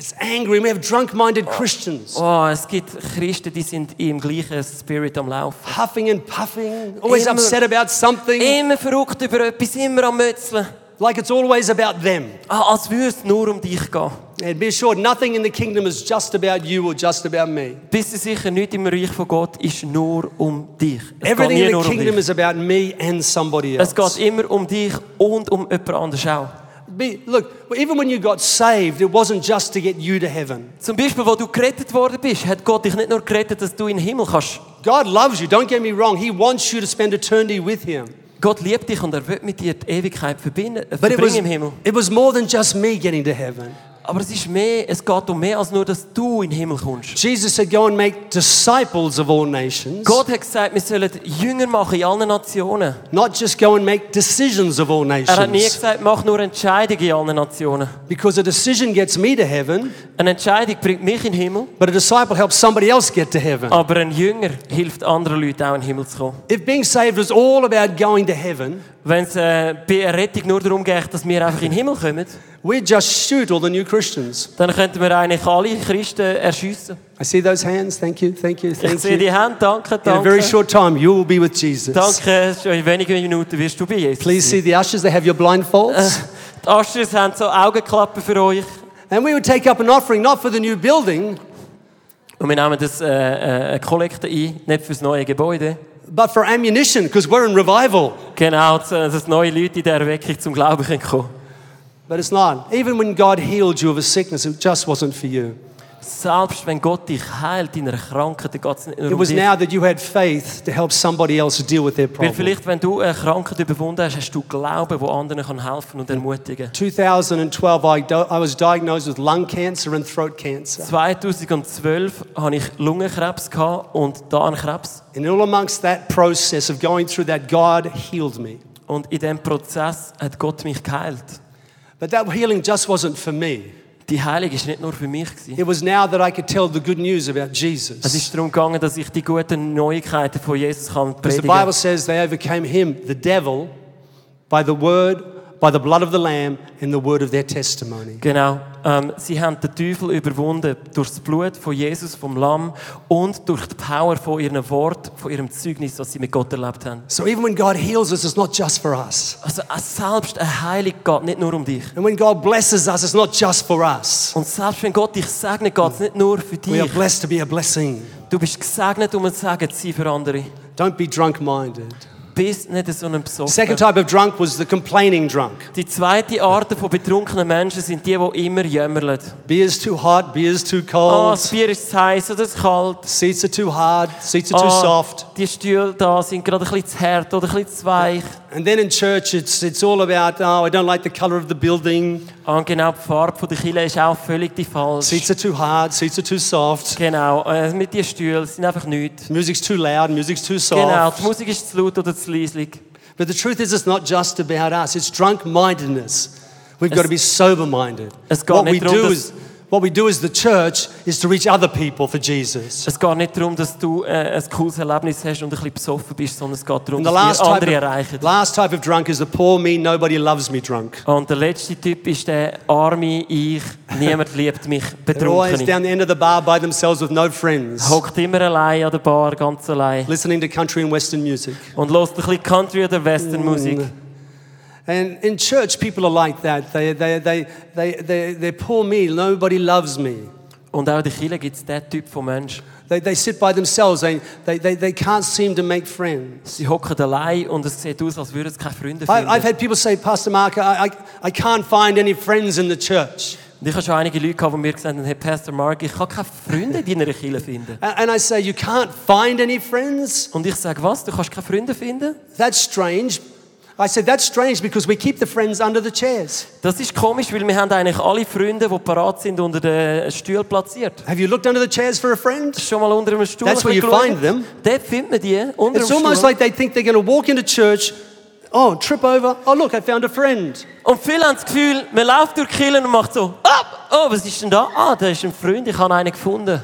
[SPEAKER 2] It's angry. We have drunk minded Christians
[SPEAKER 1] Oh, es gibt Christen, die sind im gleichen Spirit am Laufen.
[SPEAKER 2] huffing and puffing, always
[SPEAKER 1] Immer-
[SPEAKER 2] upset about something,
[SPEAKER 1] Immer verrückt über etwas, immer am Mützeln.
[SPEAKER 2] like it's always about them.
[SPEAKER 1] Ah, als würde es nur um dich gehen.
[SPEAKER 2] And be assured, nothing in the kingdom is just about you or just about me.
[SPEAKER 1] Bist du sicher, nichts im Reich von Gott ist nur um dich. Es geht
[SPEAKER 2] Everything
[SPEAKER 1] nie
[SPEAKER 2] in the
[SPEAKER 1] nur um
[SPEAKER 2] kingdom
[SPEAKER 1] dich.
[SPEAKER 2] is about me and somebody
[SPEAKER 1] Es geht
[SPEAKER 2] else.
[SPEAKER 1] immer um dich und um jemand anderes auch.
[SPEAKER 2] Be, look, even when you got saved, it wasn't just to get you to heaven.
[SPEAKER 1] Zum Beispiel, wo du gerettet worden bist, hat Gott dich nicht nur gerettet, dass du in den Himmel kannst.
[SPEAKER 2] God loves you, don't get me wrong. He wants you to spend eternity with Him.
[SPEAKER 1] Gott liebt dich und er will mit dir die Ewigkeit verbinden, äh,
[SPEAKER 2] But it
[SPEAKER 1] verbringen
[SPEAKER 2] was,
[SPEAKER 1] im Himmel.
[SPEAKER 2] it was more than just me getting to heaven.
[SPEAKER 1] Aber es ist mehr, es geht um mehr als nur, dass du in den Himmel kommst.
[SPEAKER 2] Jesus said, Go and make disciples of all nations,
[SPEAKER 1] Gott hat gesagt, wir sollen Jünger machen in allen Nationen.
[SPEAKER 2] not just go and make decisions of all
[SPEAKER 1] Er hat nie
[SPEAKER 2] nations.
[SPEAKER 1] gesagt, mach nur Entscheidungen in allen Nationen.
[SPEAKER 2] Because a decision gets me to heaven,
[SPEAKER 1] Eine Entscheidung bringt mich in den Himmel,
[SPEAKER 2] but a disciple helps somebody else get to heaven.
[SPEAKER 1] aber ein Jünger hilft anderen Leuten auch in den Himmel zu kommen.
[SPEAKER 2] If being saved was all about going to heaven,
[SPEAKER 1] Wenn es äh, bei einer Rettung nur darum geht, dass wir einfach in den Himmel kommen,
[SPEAKER 2] we'd just shoot all the new Christians.
[SPEAKER 1] dann könnten wir eigentlich alle Christen erschiessen.
[SPEAKER 2] I see those hands. Thank you, thank you,
[SPEAKER 1] Ich
[SPEAKER 2] thank
[SPEAKER 1] sehe
[SPEAKER 2] you.
[SPEAKER 1] die Hände, danke,
[SPEAKER 2] In a very
[SPEAKER 1] danke.
[SPEAKER 2] short time, you will be with Jesus.
[SPEAKER 1] Danke, schon in wenigen Minuten wirst du bei Jesus
[SPEAKER 2] Please
[SPEAKER 1] sein.
[SPEAKER 2] see the ushers, they have your
[SPEAKER 1] Uh.
[SPEAKER 2] blindfolds.
[SPEAKER 1] Die Aschers haben so Augenklappen für euch.
[SPEAKER 2] And we would take up an offering, not for the new building,
[SPEAKER 1] Und wir nehmen das äh, äh, eine Kollekte ein, nicht fürs neue Gebäude.
[SPEAKER 2] but for ammunition, because we're in revival.
[SPEAKER 1] Genau, dass dass neue Leute in der Erweckung zum Glauben können kommen
[SPEAKER 2] But it's not. Even when God healed you of a sickness, it just wasn't for you.
[SPEAKER 1] Selbst wenn Gott dich heilt in einer Krankheit, dann geht es nicht nur
[SPEAKER 2] It
[SPEAKER 1] um
[SPEAKER 2] was
[SPEAKER 1] dich.
[SPEAKER 2] now that you had faith to help somebody else deal with their
[SPEAKER 1] Weil
[SPEAKER 2] problem.
[SPEAKER 1] vielleicht, wenn du eine Krankheit überwunden hast, hast du Glauben, wo anderen kann helfen und ermutigen
[SPEAKER 2] 2012, I, do- I was diagnosed with lung cancer and throat cancer.
[SPEAKER 1] 2012 hatte ich Lungenkrebs gehabt und Darmkrebs.
[SPEAKER 2] And all amongst that process of going through that, God healed me.
[SPEAKER 1] Und in diesem Prozess hat Gott mich geheilt.
[SPEAKER 2] But that healing just wasn't for me.
[SPEAKER 1] Die Heilung war nicht nur für mich. gewesen.
[SPEAKER 2] It was now that I could tell the good news about
[SPEAKER 1] Es
[SPEAKER 2] Jesus.
[SPEAKER 1] ist darum gegangen, dass ich die guten Neuigkeiten von Jesus kann
[SPEAKER 2] Because the
[SPEAKER 1] predigen
[SPEAKER 2] Bible
[SPEAKER 1] kann.
[SPEAKER 2] says they overcame him, the devil, by the word, by the blood of the Lamb, and the word of their testimony.
[SPEAKER 1] Genau. Ähm, sie haben den Teufel überwunden durch das Blut von Jesus, vom Lamm und durch die Power von ihrem Wort, von ihrem Zeugnis, was sie mit Gott erlebt haben.
[SPEAKER 2] So even when God heals us, it's not just for us.
[SPEAKER 1] Also auch selbst eine Heilung geht nicht nur um dich.
[SPEAKER 2] And when God blesses us, it's not just for us.
[SPEAKER 1] Und selbst wenn Gott dich segnet, geht es nicht nur für
[SPEAKER 2] We are
[SPEAKER 1] dich.
[SPEAKER 2] blessed to be a blessing.
[SPEAKER 1] Du bist gesegnet, um ein Segen zu sein für andere.
[SPEAKER 2] Don't be drunk minded.
[SPEAKER 1] Bist nicht so ein
[SPEAKER 2] Second
[SPEAKER 1] Besoffener.
[SPEAKER 2] type of drunk was the complaining drunk.
[SPEAKER 1] Die zweite Art von betrunkenen Menschen sind die, die immer jämmerlen.
[SPEAKER 2] Beer's too hot, beer's too
[SPEAKER 1] Oh,
[SPEAKER 2] cold,
[SPEAKER 1] das Bier ist zu heiß oder zu kalt.
[SPEAKER 2] seats are too hard, seats are too
[SPEAKER 1] Ah,
[SPEAKER 2] soft.
[SPEAKER 1] die Stühle da sind gerade ein bisschen zu hart oder ein bisschen zu weich.
[SPEAKER 2] And then in church, it's, it's all about, oh, I don't like the color of the building,
[SPEAKER 1] Ah, und genau, die Farbe von der Kille ist auch völlig die falsche.
[SPEAKER 2] seats are too hard, seats are too soft,
[SPEAKER 1] Genau, äh, mit den Stühlen sind einfach nichts.
[SPEAKER 2] music's too loud, music's too
[SPEAKER 1] Genau, die
[SPEAKER 2] soft.
[SPEAKER 1] Musik ist zu laut oder zu leislig.
[SPEAKER 2] But the truth is, it's not just about us, it's drunk mindedness. We've got to be sober minded.
[SPEAKER 1] Es geht
[SPEAKER 2] What we
[SPEAKER 1] nicht darum,
[SPEAKER 2] do
[SPEAKER 1] dass-
[SPEAKER 2] is what we do as the church is to reach other people for Jesus.
[SPEAKER 1] Es geht nicht darum, dass du äh, ein cooles Erlebnis hast und ein bisschen besoffen bist, sondern es geht darum,
[SPEAKER 2] And the
[SPEAKER 1] dass
[SPEAKER 2] last
[SPEAKER 1] wir
[SPEAKER 2] type,
[SPEAKER 1] andere
[SPEAKER 2] of,
[SPEAKER 1] erreichen.
[SPEAKER 2] last type of drunk is the poor me, nobody loves me drunk.
[SPEAKER 1] Ah, Und der letzte Typ ist der arme Ich, niemand liebt mich,
[SPEAKER 2] They're always
[SPEAKER 1] Betrunkene.
[SPEAKER 2] down the end of the bar by themselves with no friends,
[SPEAKER 1] Hockt immer allein an der Bar, ganz allein.
[SPEAKER 2] listening to country and Western music.
[SPEAKER 1] Und hört ein bisschen Country oder Western Musik.
[SPEAKER 2] Mm. And in church, people are like that. They, they, they, they, they, they're poor me, nobody loves me.
[SPEAKER 1] Und auch in der Kirche gibt es diesen Typ von Menschen.
[SPEAKER 2] They, they sit by themselves, they, they, they, they can't seem to make friends.
[SPEAKER 1] Sie hocken allein und es sieht aus, als würden sie keine Freunde
[SPEAKER 2] I, I've
[SPEAKER 1] finden.
[SPEAKER 2] had people say, Pastor Mark, I, I, I can't find any friends in the church.
[SPEAKER 1] Und ich habe schon einige Leute gehabt, die mir gesagt haben, hey Pastor Mark, ich kann keine Freunde in deiner Kirche finden.
[SPEAKER 2] A- And I say, You can't find any friends?
[SPEAKER 1] Und ich sage, was, du kannst keine Freunde finden?
[SPEAKER 2] That's strange. I said, That's strange because we keep the friends under the chairs.
[SPEAKER 1] Das ist komisch, weil wir haben eigentlich alle Freunde, die parat sind, unter den Stuhl platziert.
[SPEAKER 2] Have you looked under the chairs for a friend?
[SPEAKER 1] Schon mal unter einem Stuhl
[SPEAKER 2] That's
[SPEAKER 1] ein
[SPEAKER 2] where
[SPEAKER 1] bisschen
[SPEAKER 2] you
[SPEAKER 1] geschaut?
[SPEAKER 2] find them.
[SPEAKER 1] Dort findet man die, unter
[SPEAKER 2] It's
[SPEAKER 1] dem
[SPEAKER 2] almost
[SPEAKER 1] Stuhl.
[SPEAKER 2] like they think they're going to walk into church. Oh, trip over. Oh, look, I found a friend.
[SPEAKER 1] Und viele haben das Gefühl, man läuft durch die Kirche und macht so, ab, oh, was ist denn da? Ah, da ist ein Freund, ich habe einen gefunden.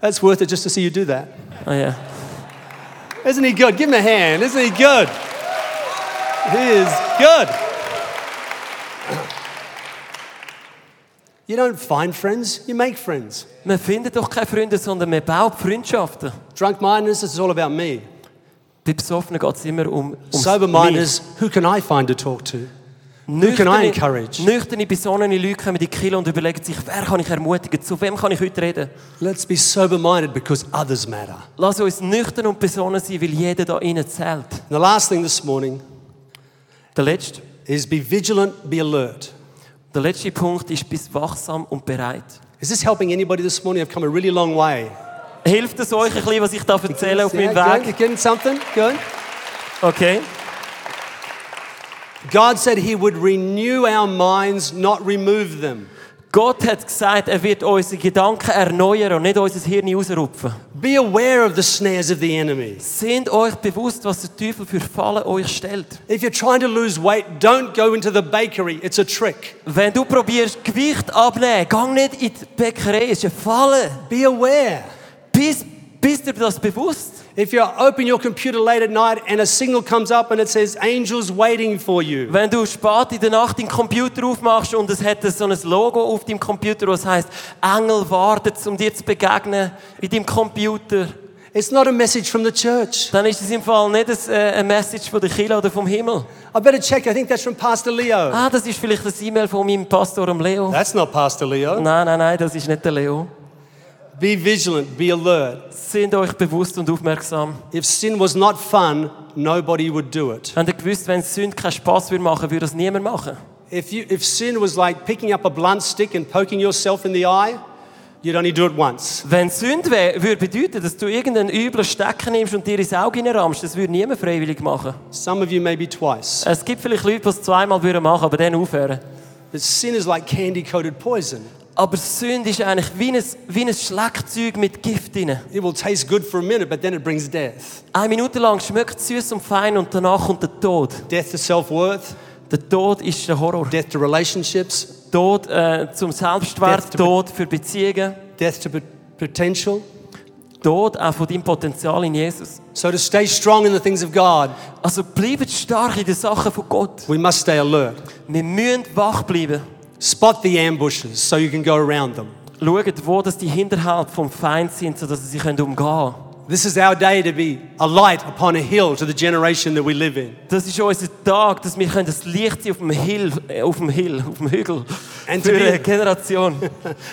[SPEAKER 2] That's worth it just to see you do that.
[SPEAKER 1] Ah ja.
[SPEAKER 2] Isn't he good? Give him a hand. Isn't he good? He is good. You don't find friends, you make friends.
[SPEAKER 1] Man findet doch keine Freunde, sondern man baut Freundschaften.
[SPEAKER 2] Drunk mindedness is all about me.
[SPEAKER 1] Bei Besoffenen geht es immer um, um
[SPEAKER 2] Sober mindedness, who can I find to talk to? can I encourage?
[SPEAKER 1] nüchterne, besonnene Leute kommen in die Kirche und überlegen sich, wer kann ich ermutigen, zu wem kann ich heute reden?
[SPEAKER 2] Let's be sober minded because others matter.
[SPEAKER 1] Lass uns nüchtern und besonnen sein, weil jeder da innen zählt.
[SPEAKER 2] And the last thing this morning
[SPEAKER 1] Der letzte,
[SPEAKER 2] is be vigilant, be alert.
[SPEAKER 1] der letzte Punkt ist, bist wachsam und bereit.
[SPEAKER 2] Is this helping anybody this morning? I've come a really long way.
[SPEAKER 1] Hilft es euch ein bisschen, was ich da erzähle auf meinem
[SPEAKER 2] Yeah, good.
[SPEAKER 1] Weg?
[SPEAKER 2] You getting something? Good.
[SPEAKER 1] Okay.
[SPEAKER 2] God said He would renew our minds, not remove them.
[SPEAKER 1] Gott hat gesagt, er wird unsere Gedanken erneuern und nicht unser Hirn ausrupfen.
[SPEAKER 2] Be aware of the snares of the enemy.
[SPEAKER 1] Seid euch bewusst, was der Teufel für Fallen euch stellt.
[SPEAKER 2] If you're trying to lose weight, don't go into the bakery. It's a trick.
[SPEAKER 1] Wenn du probierst, Gewicht abnehmen, gang nicht in die Bäckerei, es ist eine Falle.
[SPEAKER 2] Be aware.
[SPEAKER 1] Bist, bist dir das bewusst?
[SPEAKER 2] If you open your computer late at night and a signal comes up and it says angels waiting for you,
[SPEAKER 1] Wenn du spät in der Nacht den Computer aufmachst und es hat so ein Logo auf deinem Computer, was heißt Engel wartet, um dir zu begegnen in deinem Computer,
[SPEAKER 2] it's not a message from the church.
[SPEAKER 1] dann ist es im Fall nicht ein, äh, eine Message von der Kirche oder vom Himmel.
[SPEAKER 2] I better check. I think that's from Pastor Leo.
[SPEAKER 1] Ah, das ist vielleicht ein E-Mail von meinem Pastor dem Leo.
[SPEAKER 2] That's not Pastor Leo.
[SPEAKER 1] Nein, nein, nein, das ist nicht der Leo.
[SPEAKER 2] Be vigilant, be alert.
[SPEAKER 1] Seid euch bewusst und aufmerksam.
[SPEAKER 2] If sin was not fun, nobody would do it.
[SPEAKER 1] Wenn ihr gewusst, wenn Sünde keinen Spass würde machen, würde es niemand machen.
[SPEAKER 2] If, you, if sin was like picking up a blunt stick and poking yourself in the eye, you'd only do it once.
[SPEAKER 1] Wenn Sünde wär, würde bedeuten, dass du irgendeinen üblen Stecker nimmst und dir ins Auge hineinrammst, das würde niemand freiwillig machen.
[SPEAKER 2] Some of you maybe twice.
[SPEAKER 1] Es gibt vielleicht Leute, die es zweimal würden machen, aber dann aufhören.
[SPEAKER 2] But sin is like candy coated poison.
[SPEAKER 1] Aber Sünde ist eigentlich wie ein, wie ein Schleckzeug mit Gift drin.
[SPEAKER 2] It will taste good for a minute, but then it brings death.
[SPEAKER 1] Eine Minute lang schmeckt es süß und fein und danach kommt der Tod.
[SPEAKER 2] Death to self worth,
[SPEAKER 1] Der Tod ist der Horror.
[SPEAKER 2] death to relationships,
[SPEAKER 1] Tod äh, zum Selbstwert,
[SPEAKER 2] Death to-
[SPEAKER 1] Tod für Beziehungen,
[SPEAKER 2] death to pot- potential.
[SPEAKER 1] Tod auch von deinem Potenzial in Jesus.
[SPEAKER 2] So, to stay strong in the things of God,
[SPEAKER 1] Also bleibt stark in den Sachen von Gott.
[SPEAKER 2] we must stay alert.
[SPEAKER 1] Wir müssen wach bleiben.
[SPEAKER 2] Spot the ambushes so you can go around them.
[SPEAKER 1] Schaut, wo das die Hinterhalt vom Feind sind, sodass ihr sie könnt umgehen könnt.
[SPEAKER 2] This is our day to be a light upon a hill to the generation that we live in.
[SPEAKER 1] Das ist unser Tag, dass wir können das Licht sein auf dem Hill, äh, auf dem Hill, auf dem Hügel
[SPEAKER 2] And
[SPEAKER 1] für
[SPEAKER 2] to be-
[SPEAKER 1] eine Generation.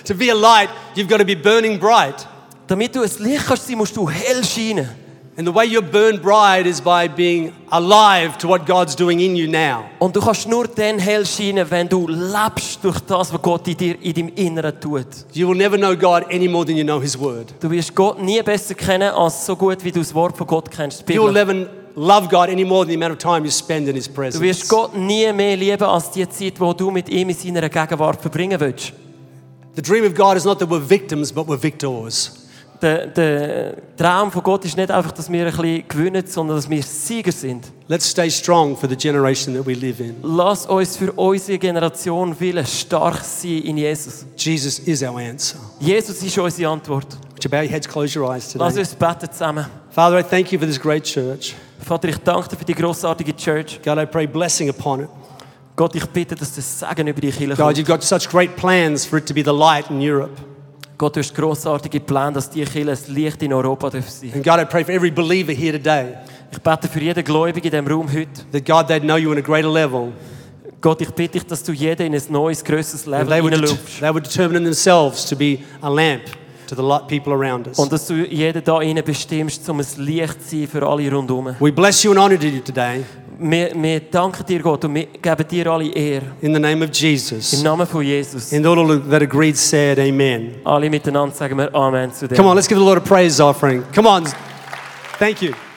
[SPEAKER 2] To be a light, you've got to be burning bright.
[SPEAKER 1] Damit du ein Licht kannst sein, musst du hell scheinen.
[SPEAKER 2] And the way you burn bright is by being alive to what God's doing in you now.
[SPEAKER 1] Und du kannst nur dann hell scheinen, wenn du lebst durch das, was Gott in dir in deinem Inneren tut.
[SPEAKER 2] You will never know God any more than you know His Word.
[SPEAKER 1] Du wirst Gott nie besser kennen, als so gut, wie du das Wort von Gott kennst. die
[SPEAKER 2] You will
[SPEAKER 1] Bibel.
[SPEAKER 2] never love God any more than the amount of time you spend in His
[SPEAKER 1] Du wirst
[SPEAKER 2] presence.
[SPEAKER 1] Gott nie mehr lieben, als die Zeit, wo du mit ihm in seiner Gegenwart verbringen willst.
[SPEAKER 2] The dream of God is not that we're victims, but we're victors.
[SPEAKER 1] Der, der Traum von Gott ist nicht einfach, dass wir ein bisschen gewinnen, sondern dass wir Sieger sind.
[SPEAKER 2] Let's stay strong for the generation that we live in.
[SPEAKER 1] Lass uns für unsere Generation willen stark sein in Jesus.
[SPEAKER 2] Jesus is our answer.
[SPEAKER 1] Jesus ist unsere Antwort.
[SPEAKER 2] Would you bow your heads, close your eyes
[SPEAKER 1] Lass
[SPEAKER 2] today?
[SPEAKER 1] uns beten zusammen.
[SPEAKER 2] Father, I thank you for this great church.
[SPEAKER 1] Vater, ich danke dir für die grossartige Church.
[SPEAKER 2] God, I pray blessing upon it.
[SPEAKER 1] Gott, ich bitte, dass das Segen über die Kirche
[SPEAKER 2] God,
[SPEAKER 1] kommt.
[SPEAKER 2] you've got such great plans for it to be the light in Europe.
[SPEAKER 1] Gott, du hast grossartige Pläne, dass die Kirche ein Licht in Europa darf sein
[SPEAKER 2] And God, I pray for every believer here today
[SPEAKER 1] Ich bete für jeden Gläubigen in diesem Raum heute.
[SPEAKER 2] that God, they'd know you on a greater level.
[SPEAKER 1] Gott, ich bitte dich, dass du jeden in ein neues, grösseres Leben
[SPEAKER 2] That they would,
[SPEAKER 1] hineinschaust.
[SPEAKER 2] they would determine in themselves to be a lamp to the light people around us.
[SPEAKER 1] Und dass du jeden da hinein bestimmst, um ein Licht zu sein für alle rundherum.
[SPEAKER 2] We bless you and honor you today
[SPEAKER 1] Wir, wir danken dir, Gott, und wir geben dir alle Ehre.
[SPEAKER 2] in the name of
[SPEAKER 1] Im
[SPEAKER 2] Jesus.
[SPEAKER 1] Namen von Jesus.
[SPEAKER 2] And all that agreed said, Amen.
[SPEAKER 1] Alle miteinander sagen wir Amen zu dir.
[SPEAKER 2] Come on, let's give the Lord a praise offering. Come on. Thank you.